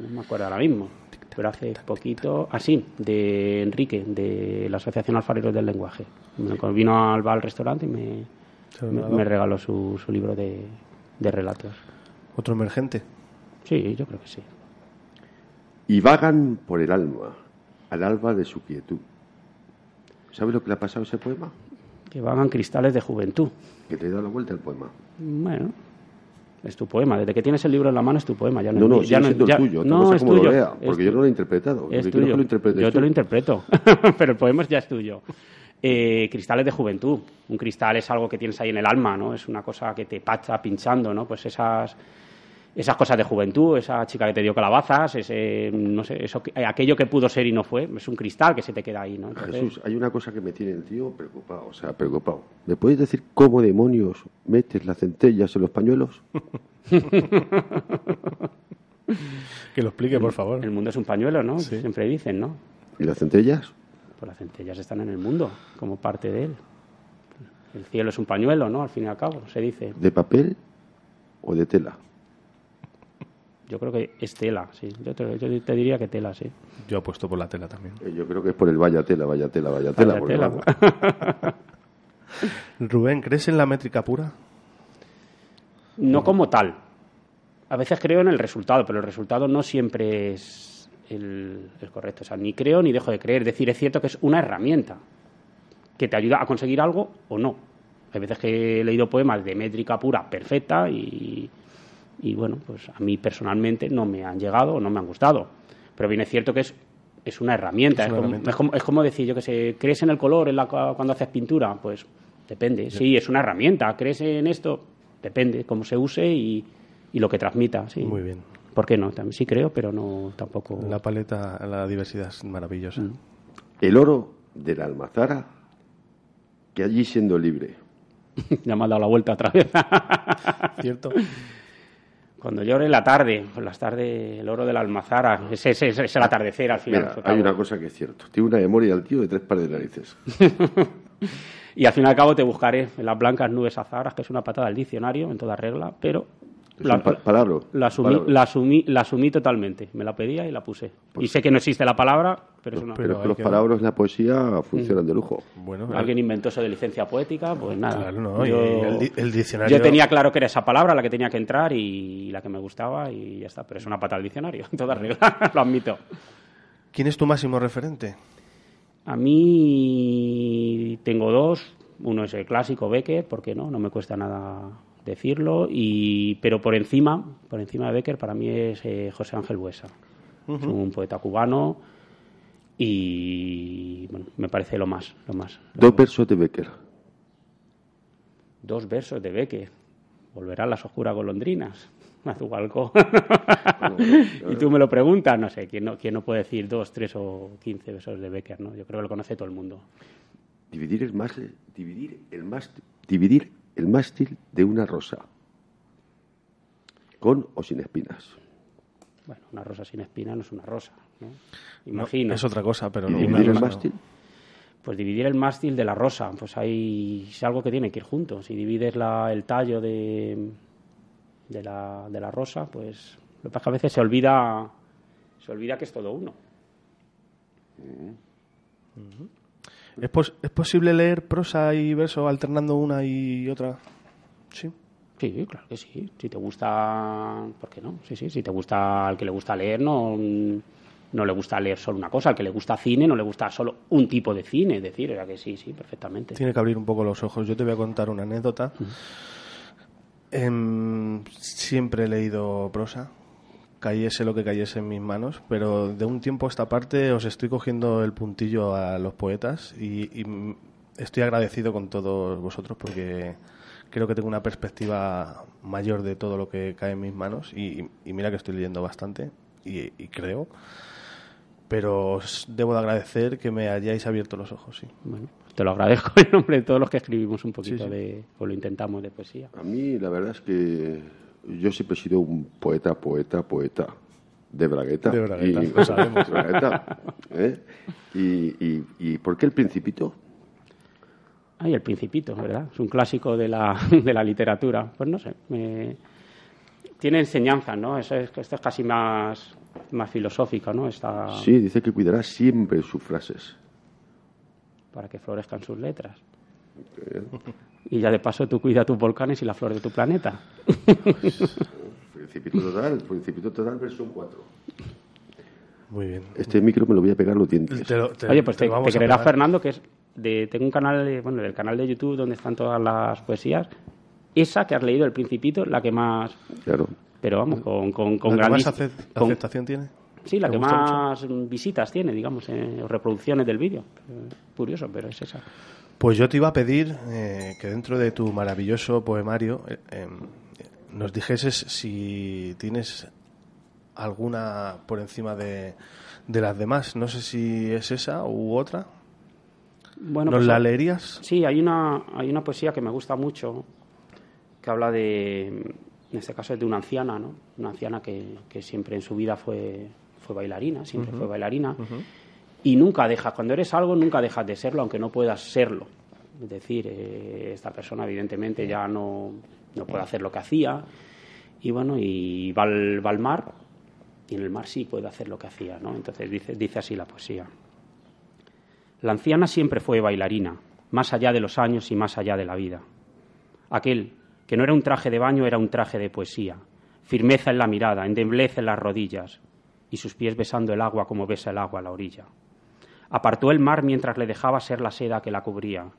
Speaker 3: No me acuerdo ahora mismo. Pero hace poquito, así, de Enrique, de la Asociación Alfareros del Lenguaje. Me con- vino al bar al restaurante y me,
Speaker 2: Se lo
Speaker 3: me,
Speaker 2: regaló.
Speaker 3: me regaló su, su libro de, de relatos.
Speaker 2: Otro emergente.
Speaker 3: Sí, yo creo que sí.
Speaker 1: Y vagan por el alma, al alba de su quietud. ¿Sabes lo que le ha pasado a ese poema?
Speaker 3: Que vagan cristales de juventud.
Speaker 1: Que te he dado la vuelta al poema.
Speaker 3: Bueno, es tu poema. Desde que tienes el libro en la mano es tu poema. Ya no,
Speaker 1: No, no,
Speaker 3: ya
Speaker 1: sigue siendo el
Speaker 3: ya-
Speaker 1: tuyo. otra
Speaker 3: no,
Speaker 1: cosa
Speaker 3: es
Speaker 1: como lo
Speaker 3: tuyo.
Speaker 1: lea,
Speaker 3: Es
Speaker 1: porque yo
Speaker 3: tu-
Speaker 1: no lo he interpretado.
Speaker 3: es
Speaker 1: Yo quiero que
Speaker 3: tuyo.
Speaker 1: lo interpretes
Speaker 3: Yo
Speaker 1: tú.
Speaker 3: te lo interpreto, pero el poema ya es tuyo. Eh, cristales de juventud. Un cristal es algo que tienes ahí en el alma, ¿no? Es una cosa que te pasa pinchando, ¿no? Pues esas esas cosas de juventud, esa chica que te dio calabazas, ese, no sé, eso, que- eh, aquello que pudo ser y no fue, es un cristal que se te queda ahí, ¿no? Entonces,
Speaker 1: Jesús, hay una cosa que me tiene el tío preocupado, o sea, preocupado. ¿Me puedes decir cómo demonios metes las centellas en los pañuelos?
Speaker 2: Que lo explique, por favor.
Speaker 3: el mundo es un pañuelo, ¿no?
Speaker 2: Sí.
Speaker 3: Siempre dicen, ¿no?
Speaker 1: ¿Y las centellas?
Speaker 3: Pues las centellas están en el mundo, como parte de él. El cielo es un pañuelo, ¿no? Al fin y al cabo, se dice.
Speaker 1: ¿De papel o de tela?
Speaker 3: Yo creo que es tela, sí. Yo te, yo te diría que tela, sí.
Speaker 2: Yo apuesto por la tela también.
Speaker 1: Eh, Yo creo que es por el vaya tela, vaya tela, vaya tela.
Speaker 3: Vaya
Speaker 1: porque,
Speaker 3: tela.
Speaker 1: vamos,
Speaker 2: Rubén, ¿crees en la métrica pura?
Speaker 3: No como tal. A veces creo en el resultado, pero el resultado no siempre es el, el correcto. O sea, ni creo ni dejo de creer. Es decir, es cierto que es una herramienta que te ayuda a conseguir algo o no. Hay veces que he leído poemas de métrica pura perfecta y, y bueno, pues a mí personalmente no me han llegado o no me han gustado. Pero bien es cierto que es, es una herramienta.
Speaker 2: Es
Speaker 3: Es,
Speaker 2: una
Speaker 3: como,
Speaker 2: herramienta.
Speaker 3: es como- es como decir, yo que sé, ¿crees en el color en la, cua- cuando haces pintura? Pues depende. Sí, es una herramienta. ¿Crees en esto? Depende, cómo se use y, y lo que transmita. Sí.
Speaker 2: Muy bien.
Speaker 3: ¿Por qué no? También sí creo, pero no tampoco.
Speaker 2: La paleta, la diversidad es maravillosa.
Speaker 3: pues.
Speaker 1: El oro de la almazara, que allí siendo libre.
Speaker 3: ya me ha dado la vuelta otra vez.
Speaker 2: ¿Cierto?
Speaker 3: Cuando llore la tarde, por las tardes, el oro de la almazara, es, es, es- es el atardecer al final.
Speaker 1: Mira,
Speaker 3: al
Speaker 1: hay
Speaker 3: cabo.
Speaker 1: una cosa que es cierto. Tiene una memoria del tío de tres pares de narices.
Speaker 3: Y al fin y al cabo te buscaré en las blancas nubes azaras, que es una patada del diccionario en toda regla, pero
Speaker 1: Es un pa- palabra.
Speaker 3: la, asumí,
Speaker 1: palabra. Pues
Speaker 3: la, asumí, la asumí totalmente. Me la pedía y la puse. y sé que no existe la palabra, pero es una.
Speaker 1: Pero es que
Speaker 2: ahí
Speaker 1: los
Speaker 2: queda.
Speaker 1: palabras en la poesía funcionan de lujo.
Speaker 2: Bueno,
Speaker 3: Alguien inventó eso de licencia poética, pues nada.
Speaker 2: Claro, no, y el di- el diccionario-
Speaker 3: Yo tenía claro que era esa palabra la que tenía que entrar y la que me gustaba y ya está. Pero es una patada del diccionario, en toda regla, lo admito.
Speaker 2: ¿Quién es tu máximo referente?
Speaker 3: A mí tengo dos. Uno es el clásico Becker, porque no, no me cuesta nada decirlo. Y, pero por encima, por encima de Becker, para mí es eh, José Ángel Buesa. Es un poeta cubano y bueno, me parece lo más, lo más.
Speaker 1: Dos versos de Becker.
Speaker 3: Dos versos de Becker. Volverán las oscuras golondrinas. Azubalcó. y tú me lo preguntas, no sé, ¿quién no, quién no puede decir dos, tres o quince versos de Becker? ¿no? Yo creo que lo conoce todo el mundo.
Speaker 1: Dividir el mástil, dividir el mástil, dividir el mástil de una rosa. Con o sin espinas.
Speaker 3: Bueno, una rosa sin espina no es una rosa, ¿no? Imagino.
Speaker 2: Es otra cosa, pero
Speaker 1: Y
Speaker 2: no.
Speaker 1: dividir el
Speaker 2: no.
Speaker 1: mástil.
Speaker 3: Pues dividir el mástil de la rosa, pues hay es algo que tiene que ir junto. Si divides la- el tallo de, de, la, de la rosa, pues lo que pasa es que a veces se olvida, se olvida que es todo uno.
Speaker 2: ¿Es, pos- es posible leer prosa y verso alternando una y otra? Sí.
Speaker 3: Sí, claro que sí. Si te gusta, ¿por qué no? Sí, sí, si te gusta, al que le gusta leer, no, no le gusta leer solo una cosa. Al que le gusta cine, no le gusta solo un tipo de cine. Es decir, o sea que sí, sí, perfectamente.
Speaker 2: Tiene que abrir un poco los ojos. Yo te voy a contar una anécdota. Em, siempre he leído prosa, cayese lo que cayese en mis manos, pero de un tiempo a esta parte os estoy cogiendo el puntillo a los poetas y, y m- estoy agradecido con todos vosotros porque creo que tengo una perspectiva mayor de todo lo que cae en mis manos y, y mira que estoy leyendo bastante y, y creo, pero os debo de agradecer que me hayáis abierto los ojos, sí.
Speaker 3: Bueno, te lo agradezco en nombre de todos los que escribimos un poquito de, o lo intentamos de poesía.
Speaker 1: A mí la verdad es que yo siempre he sido un poeta, poeta, poeta. De Bragueta.
Speaker 2: De Bragueta,
Speaker 1: Y-
Speaker 2: lo sabemos.
Speaker 1: Bragueta, ¿eh? y, y- ¿Y por qué el principito?
Speaker 3: Ay, El Principito, ¿verdad? Es un clásico de la, de la literatura. Pues no sé, me- tiene enseñanzas, ¿no? Eso es, esto es casi más, más filosófico, ¿no? Esta,
Speaker 1: Sí, dice que cuidará siempre sus frases.
Speaker 3: Para que florezcan sus letras.
Speaker 2: Eh.
Speaker 3: Y ya de paso tú cuida tus volcanes y la flor de tu planeta.
Speaker 1: Principito total, principito total versión 4.
Speaker 2: Muy bien.
Speaker 1: Este micro me lo voy a pegar los dientes.
Speaker 2: Te lo- te-
Speaker 3: Oye, pues
Speaker 2: te
Speaker 3: te,
Speaker 2: lo vamos a
Speaker 3: te creerás,
Speaker 2: pegar.
Speaker 3: Fernando, que es de, tengo un canal, de- bueno, del canal de YouTube donde están todas las poesías. Esa que has leído, El Principito, la que más
Speaker 1: Claro.
Speaker 3: pero vamos, con, con, con
Speaker 2: ¿La que más
Speaker 3: grandis-
Speaker 2: acep-
Speaker 3: con-
Speaker 2: aceptación tiene?
Speaker 3: Sí, la
Speaker 2: ¿Te
Speaker 3: que
Speaker 2: gusta
Speaker 3: más visitas tiene, digamos, eh, o reproducciones del vídeo. Eh, Curioso, pero es esa.
Speaker 2: Pues yo te iba a pedir eh, que dentro de tu maravilloso poemario eh, eh, nos dijeses si tienes alguna por encima de, de las demás. No sé si es esa u otra.
Speaker 3: Bueno,
Speaker 2: ¿Nos
Speaker 3: pues,
Speaker 2: la
Speaker 3: ah,
Speaker 2: leerías?
Speaker 3: Sí, hay una, hay una poesía que me gusta mucho, que habla de, en este caso es de una anciana, ¿no? Una anciana que, que siempre en su vida fue, fue bailarina, siempre fue bailarina, y nunca dejas, cuando eres algo, nunca dejas de serlo, aunque no puedas serlo. Es decir, eh, esta persona evidentemente ya no, no puede hacer lo que hacía, y bueno, y va al, va al mar, y en el mar sí puede hacer lo que hacía, ¿no? Entonces dice, dice así la poesía. La anciana siempre fue bailarina, más allá de los años y más allá de la vida. Aquel que no era un traje de baño era un traje de poesía, firmeza en la mirada, endeblez en las rodillas y sus pies besando el agua como besa el agua a la orilla. Apartó el mar mientras le dejaba ser la seda que la cubría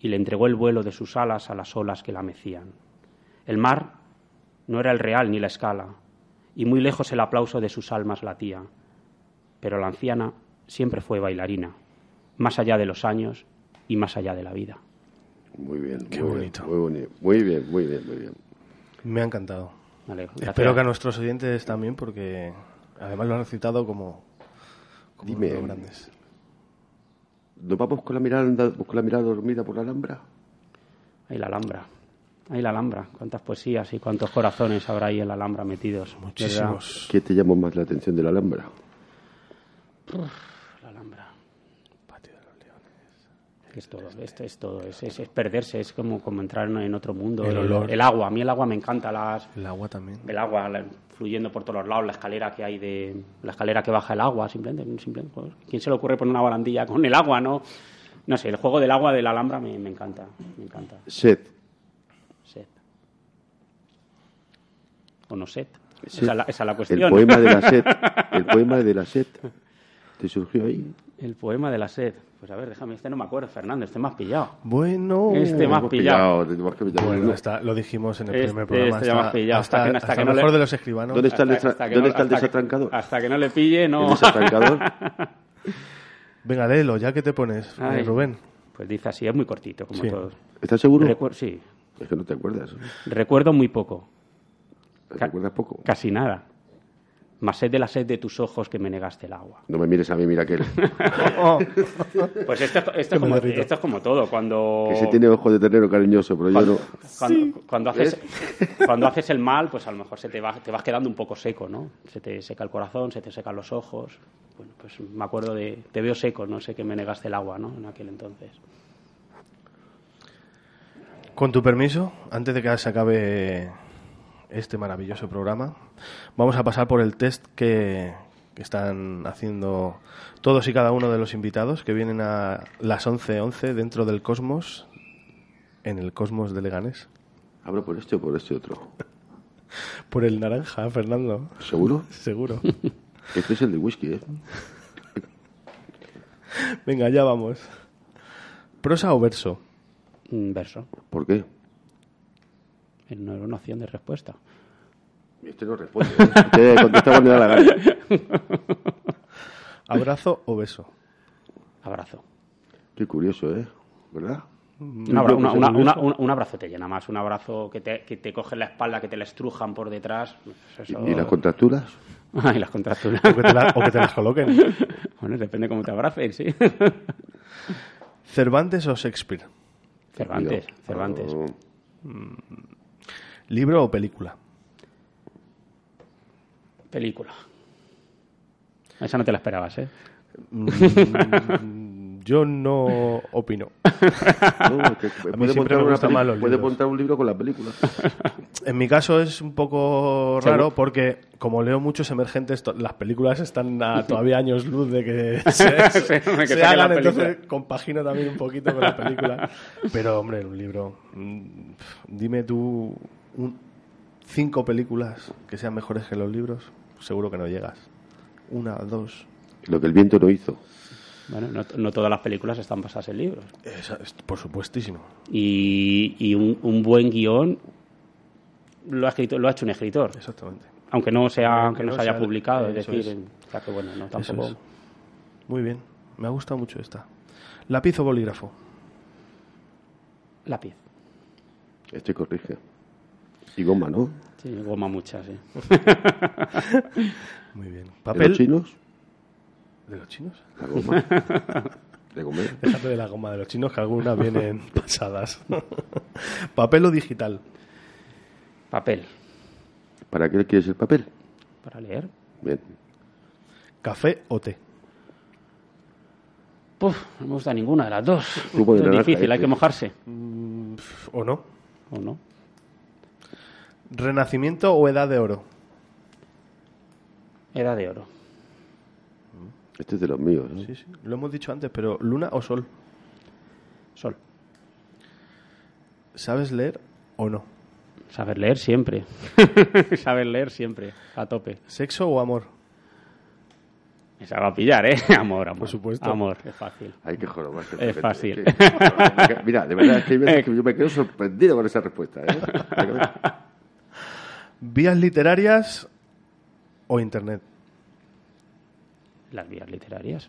Speaker 3: y le entregó el vuelo de sus alas a las olas que la mecían. El mar no era el real ni la escala, y muy lejos el aplauso de sus almas latía. Pero la anciana siempre fue bailarina, más allá de los años y más allá de la vida.
Speaker 1: Muy bien.
Speaker 2: Qué
Speaker 1: muy
Speaker 2: bonito.
Speaker 1: Bien, muy, boni- muy bien, muy bien, muy bien.
Speaker 2: Me ha encantado.
Speaker 3: Vale,
Speaker 2: Espero
Speaker 3: gracias.
Speaker 2: que a nuestros oyentes también, porque además lo han recitado como, como
Speaker 1: Dime.
Speaker 2: los grandes.
Speaker 1: ¿Nos vamos con la mirada, con la mirada dormida por la Alhambra?
Speaker 3: Ahí la Alhambra. Ahí la Alhambra. Cuántas poesías y cuántos corazones habrá ahí en la Alhambra metidos. ¿verdad?
Speaker 2: Muchísimos.
Speaker 1: ¿Qué te llamó más la atención de la Alhambra?
Speaker 3: La Alhambra. Es todo, esto es todo, es, es- es perderse, es como, como entrar en- en otro mundo.
Speaker 2: El olor.
Speaker 3: el agua, a mí el agua me encanta, las,
Speaker 2: El agua también.
Speaker 3: el agua la- fluyendo por todos los lados, la escalera que hay de la escalera que baja el agua, simplemente, un simple- joder, ¿quién se le ocurre poner una barandilla con el agua, no? No sé, el juego del agua de la Alhambra me, me encanta, me encanta.
Speaker 1: Sed.
Speaker 3: Sed. O no sed.
Speaker 1: Sed.
Speaker 3: Esa, es la- esa es la
Speaker 1: El
Speaker 3: cuestión.
Speaker 1: poema de la sed. El poema de la sed. ¿Te surgió ahí?
Speaker 3: El poema de la sed. Pues a ver, déjame, este no me acuerdo, Fernando, este más pillado.
Speaker 2: Bueno. eh,
Speaker 3: Este más
Speaker 1: Hemos
Speaker 3: pillado.
Speaker 1: tenemos que pillar.
Speaker 2: Bueno, está- lo dijimos en el
Speaker 3: Este-
Speaker 2: primer programa.
Speaker 3: este ya me has pillado. Hasta que no- hasta que
Speaker 2: el
Speaker 3: no le-
Speaker 2: mejor de los escribanos.
Speaker 1: ¿Dónde está el,
Speaker 3: Hasta-
Speaker 1: destra-
Speaker 3: hasta que
Speaker 1: ¿dónde
Speaker 3: no-
Speaker 1: está el
Speaker 3: hasta que-
Speaker 1: desatrancador?
Speaker 3: Hasta que no le pille,
Speaker 1: El
Speaker 3: no.
Speaker 1: desatrancador.
Speaker 2: Venga, léelo, ya que te pones, eh,
Speaker 3: Ay.
Speaker 2: Rubén.
Speaker 3: Pues dice así, es muy cortito, como
Speaker 2: Sí.
Speaker 3: todos.
Speaker 1: ¿Estás seguro?
Speaker 3: Recuer- sí,
Speaker 1: es que no te acuerdas.
Speaker 3: recuerdo muy poco,
Speaker 1: ¿Te
Speaker 3: Ca-
Speaker 1: acuerdas poco?
Speaker 3: casi nada. Más sed de la sed de tus ojos que me negaste el agua.
Speaker 1: No me mires a mí, mira aquel. que
Speaker 3: Oh. Pues esto, esto es, como, esto es como todo, cuando...
Speaker 1: se tiene ojo de ternero cariñoso, pero yo no.
Speaker 3: Cuando, cuando haces, cuando haces el mal, pues a lo mejor se te, va, te vas quedando un poco seco, ¿no? Se te seca el corazón, se te secan los ojos. Bueno, pues me acuerdo de... Te veo seco, no sé que me negaste el agua, ¿no? En aquel entonces.
Speaker 2: Con tu permiso, antes de que se acabe este maravilloso programa, vamos a pasar por el test que que están haciendo todos y cada uno de los invitados que vienen a las 11.11 dentro del Cosmos, en el Cosmos de Leganés.
Speaker 1: ¿Abro por este o por este otro?
Speaker 2: Por el naranja, Fernando,
Speaker 1: ¿Seguro?
Speaker 2: seguro.
Speaker 1: Este es el de whisky, ¿eh?
Speaker 2: Venga, ya vamos. ¿Prosa o verso?
Speaker 3: Un verso.
Speaker 1: ¿Por qué?
Speaker 3: No era una opción de respuesta.
Speaker 1: Este no responde. ¿eh? Este contesta cuando le da la gana.
Speaker 2: ¿Abrazo o beso?
Speaker 3: Abrazo.
Speaker 1: Qué curioso, ¿eh? ¿Verdad?
Speaker 3: Un, abra-
Speaker 1: bloque,
Speaker 3: una-
Speaker 1: sí,
Speaker 3: una-
Speaker 1: un
Speaker 3: una- un- un abrazo te llena más, un abrazo que te, que te cogen la espalda, que te la estrujan por detrás. pues
Speaker 1: ¿Y,
Speaker 3: eso-
Speaker 1: y las contracturas?
Speaker 3: Ay, las contracturas.
Speaker 2: O que te, la- o que te las coloquen.
Speaker 3: bueno, depende cómo te abracen, sí.
Speaker 2: ¿Cervantes o Shakespeare?
Speaker 3: Cervantes,
Speaker 1: Cuidado.
Speaker 3: Cervantes.
Speaker 1: Oh,
Speaker 2: ¿Libro o película?
Speaker 3: Película. Esa no te la esperabas, ¿eh?
Speaker 2: Yo no opino.
Speaker 1: no, es que puede montar
Speaker 2: siempre me
Speaker 1: una
Speaker 2: gustan más
Speaker 1: peli-
Speaker 2: los
Speaker 1: Puede
Speaker 2: libros.
Speaker 1: montar un libro con la película.
Speaker 2: En mi caso es un poco raro porque como leo muchos emergentes, to- las películas están a todavía años luz de que se, se
Speaker 3: que saquen la
Speaker 2: hagan,
Speaker 3: película.
Speaker 2: entonces compagino también un poquito con la película. Pero hombre, un libro, mm, pf, dime tú un- cinco películas que sean mejores que los libros, seguro que no llegas. Una, dos.
Speaker 1: Lo que el viento no hizo.
Speaker 3: Bueno, no, no todas las películas están basadas en libros.
Speaker 2: Esa es- por supuestísimo.
Speaker 3: Y, y un, un buen guión lo ha, escrito, lo ha hecho un escritor,
Speaker 2: Exactamente.
Speaker 3: aunque no, sea, aunque no
Speaker 2: no
Speaker 3: se haya
Speaker 2: sea-
Speaker 3: publicado. Es
Speaker 2: eso
Speaker 3: decir,
Speaker 2: es.
Speaker 3: en- o sea que bueno, no, tampoco...
Speaker 2: es. Muy bien. Me ha gustado mucho esta. Lápiz o bolígrafo.
Speaker 3: Lápiz.
Speaker 1: Este corrige. Y goma, ¿no?
Speaker 3: Sí, goma mucha, sí.
Speaker 2: Muy bien.
Speaker 1: ¿De
Speaker 2: Papel
Speaker 1: los chinos?
Speaker 2: ¿De los chinos?
Speaker 1: La goma. De comer.
Speaker 2: Déjate de la goma de los chinos, que algunas vienen pasadas. Papel o digital.
Speaker 3: Papel.
Speaker 1: ¿Para qué quieres el papel?
Speaker 3: Para leer.
Speaker 1: Bien.
Speaker 2: Café o té.
Speaker 3: Puf, no me gusta ninguna de las dos.
Speaker 1: Zumo de
Speaker 3: Esto
Speaker 1: naranja,
Speaker 3: es difícil, hay
Speaker 1: este.
Speaker 3: que mojarse.
Speaker 2: ¿O no?
Speaker 3: ¿O no?
Speaker 2: Renacimiento o edad de oro.
Speaker 3: Edad de oro.
Speaker 1: Este es de los míos. ¿eh?
Speaker 2: Sí, sí. Lo hemos dicho antes, pero luna o sol.
Speaker 3: Sol.
Speaker 2: ¿Sabes leer o no?
Speaker 3: Saber leer siempre. Saber leer siempre. A tope.
Speaker 2: ¿Sexo o amor?
Speaker 3: Esa va a pillar, ¿eh? Amor, amor.
Speaker 2: Por supuesto.
Speaker 3: Amor, es fácil.
Speaker 1: Hay que jorobar.
Speaker 3: Es fácil.
Speaker 1: Mira, de verdad, es que hay veces que yo me quedo sorprendido con esa respuesta. ¿eh?
Speaker 2: ¿Vías literarias o internet?
Speaker 3: Las vías literarias.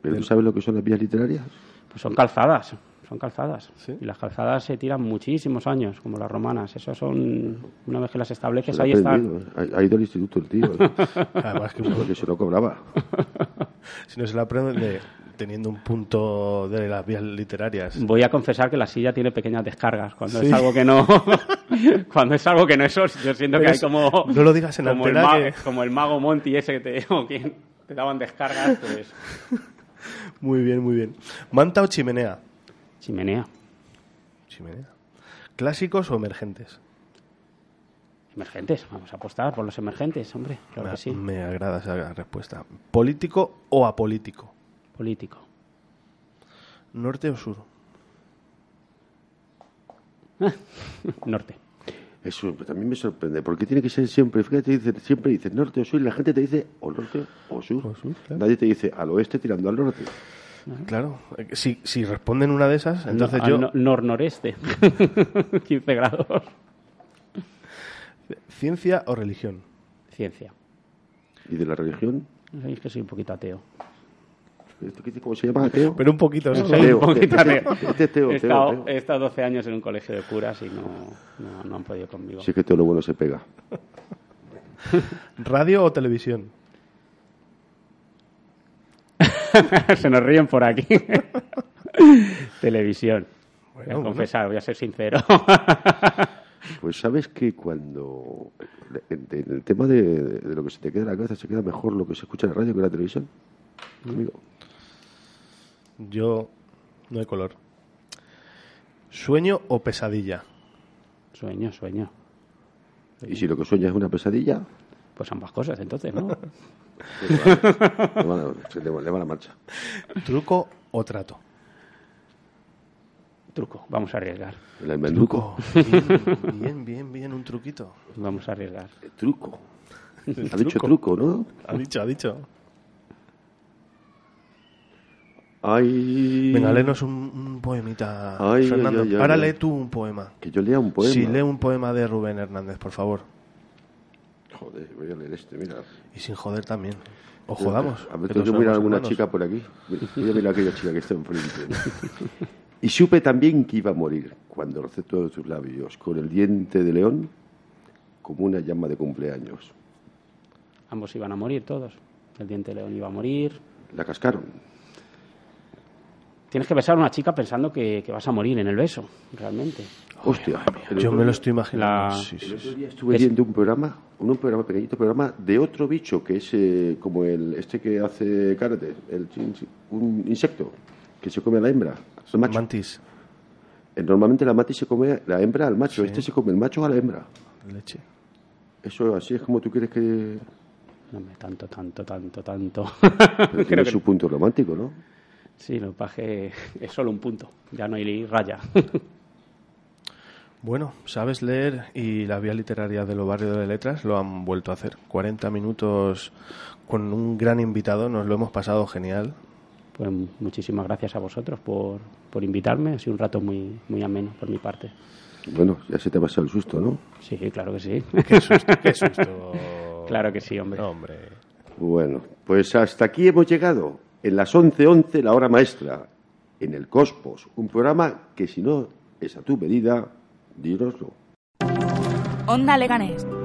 Speaker 1: ¿Pero tú sabes lo que son las vías literarias?
Speaker 3: Pues son calzadas. Son calzadas. Y las calzadas se tiran muchísimos años, como las romanas. Eso son. Una vez que las estableces,
Speaker 1: Se lo
Speaker 3: ahí
Speaker 1: he
Speaker 3: están.
Speaker 1: aprendido, ¿eh? Ha ha ido al instituto el tío. ¿eh?
Speaker 2: Además que
Speaker 1: Porque se lo cobraba.
Speaker 2: si no se la aprende teniendo un punto de las vías literarias.
Speaker 3: Voy a confesar que la silla tiene pequeñas descargas cuando es algo que no cuando es algo que no es os- yo siento
Speaker 2: Pero
Speaker 3: que hay
Speaker 2: es-
Speaker 3: como
Speaker 2: no lo digas en
Speaker 3: como el,
Speaker 2: antena
Speaker 3: ma-
Speaker 2: que-
Speaker 3: como el mago Monty ese que te, o quien te daban descargas pues
Speaker 2: Muy bien, muy bien. ¿Manta o chimenea?
Speaker 3: chimenea
Speaker 2: Chimenea. ¿Clásicos o emergentes?
Speaker 3: emergentes vamos a apostar por los emergentes hombre claro
Speaker 2: me,
Speaker 3: que sí
Speaker 2: me agrada esa respuesta. ¿Político o apolítico?
Speaker 3: político
Speaker 2: ¿Norte o sur?
Speaker 3: norte
Speaker 1: Eso también me sorprende, porque tiene que ser siempre, fíjate, dicen- siempre dices norte o sur, y la gente te dice o norte o sur.
Speaker 2: O sur, claro.
Speaker 1: Nadie te dice al oeste tirando al norte.
Speaker 2: Claro. eh, Si, si responden una de esas, entonces
Speaker 3: Al
Speaker 2: yo...
Speaker 3: no- nor-noreste 15 grados
Speaker 2: ¿Ciencia o religión?
Speaker 3: ciencia
Speaker 1: ¿Y de la religión?
Speaker 3: no sabéis que soy un poquito ateo
Speaker 1: ¿Esto qué dice? ¿Cómo se llama? ¿Ateo?
Speaker 2: Pero un poquito. solo.
Speaker 3: Soy
Speaker 1: Teo,
Speaker 3: un poquito
Speaker 1: Teo,
Speaker 3: ateo.
Speaker 1: Teo, este es Teo,
Speaker 3: he,
Speaker 1: Teo,
Speaker 3: estado,
Speaker 1: Teo.
Speaker 3: he estado 12 años en un colegio de curas y no, no, no han podido conmigo.
Speaker 1: Sí que todo lo bueno se pega.
Speaker 2: ¿Radio o televisión?
Speaker 3: Se nos ríen por aquí. Televisión. voy
Speaker 2: bueno.
Speaker 3: a confesar, voy a ser sincero.
Speaker 1: Pues sabes que cuando... En, en el tema de, de lo que se te queda en la cabeza, se queda mejor lo que se escucha en la radio que en la televisión. Amigo.
Speaker 2: Yo no hay color. ¿Sueño o pesadilla?
Speaker 3: sueño, sueño.
Speaker 1: Y si lo que sueñas es una pesadilla,
Speaker 3: Pues ambas cosas, entonces, ¿no?
Speaker 1: le van a- se le va- le va la marcha.
Speaker 2: ¿Truco o trato?
Speaker 3: Truco, vamos a arriesgar.
Speaker 1: El almendruco.
Speaker 2: Bien, bien, bien, bien, un truquito.
Speaker 3: Vamos a arriesgar.
Speaker 1: El truco. Ha dicho truco, ¿no?
Speaker 2: Ha dicho, ha dicho.
Speaker 1: Ay...
Speaker 2: Venga, léenos un, un poemita,
Speaker 1: Ay,
Speaker 2: Fernando.
Speaker 1: ay, ay, ay,
Speaker 2: Ahora
Speaker 1: ay.
Speaker 2: lee tú un poema.
Speaker 1: Que yo lea un poema.
Speaker 2: Sí, lee un poema de Rubén Hernández, por favor.
Speaker 1: Joder, voy a leer este, mira.
Speaker 2: Y sin joder también. O jodamos.
Speaker 1: A ver,
Speaker 2: que
Speaker 1: tengo
Speaker 2: no
Speaker 1: que mirar
Speaker 2: somos
Speaker 1: a alguna
Speaker 2: hermanos.
Speaker 1: chica por aquí. Mira, Voy a mirar a aquella chica que está enfrente. y supe también que iba a morir cuando recé todos tus labios con el diente de león como una llama de cumpleaños.
Speaker 3: Ambos iban a morir todos. El diente de león iba a morir.
Speaker 1: La cascaron.
Speaker 3: Tienes que besar a una chica pensando que, que vas a morir en el beso, realmente.
Speaker 1: Hostia. el
Speaker 2: Yo
Speaker 1: otro
Speaker 2: me lo
Speaker 1: día-
Speaker 2: estoy imaginando.
Speaker 3: La-
Speaker 2: Sí, sí,
Speaker 1: El
Speaker 2: sí.
Speaker 1: otro día estuve viendo un programa, un, un programa pequeñito, programa de otro bicho que es eh, como el este que hace karate, el chin- chin- un insecto que se come a la hembra, al macho.
Speaker 2: Mantis,
Speaker 1: Eh, Normalmente la matis se come la hembra al macho, este se come el macho a la hembra.
Speaker 2: leche.
Speaker 1: Eso así es como tú quieres que...
Speaker 3: No me tanto, tanto, tanto, tanto.
Speaker 1: Pero tiene su punto romántico, ¿no?
Speaker 3: Sí, lo que pasa es que es solo un punto. Ya no hay raya. Pues
Speaker 2: Bueno, sabes leer y la vía literaria de los barrios de letras lo han vuelto a hacer. 40 minutos con un gran invitado, nos lo hemos pasado genial.
Speaker 3: Pues muchísimas gracias a vosotros por, por invitarme. Ha sido un rato muy, muy ameno por mi parte.
Speaker 1: Bueno, ya se te ha pasado el susto, ¿no?
Speaker 3: Sí, claro que sí.
Speaker 2: Qué susto, qué susto.
Speaker 3: claro que sí, hombre.
Speaker 2: No, hombre.
Speaker 1: Bueno, pues hasta aquí hemos llegado. En las 11.11, la hora maestra, en el Cosmos, un programa que si no es a tu medida, dínoslo.
Speaker 6: Onda Leganés.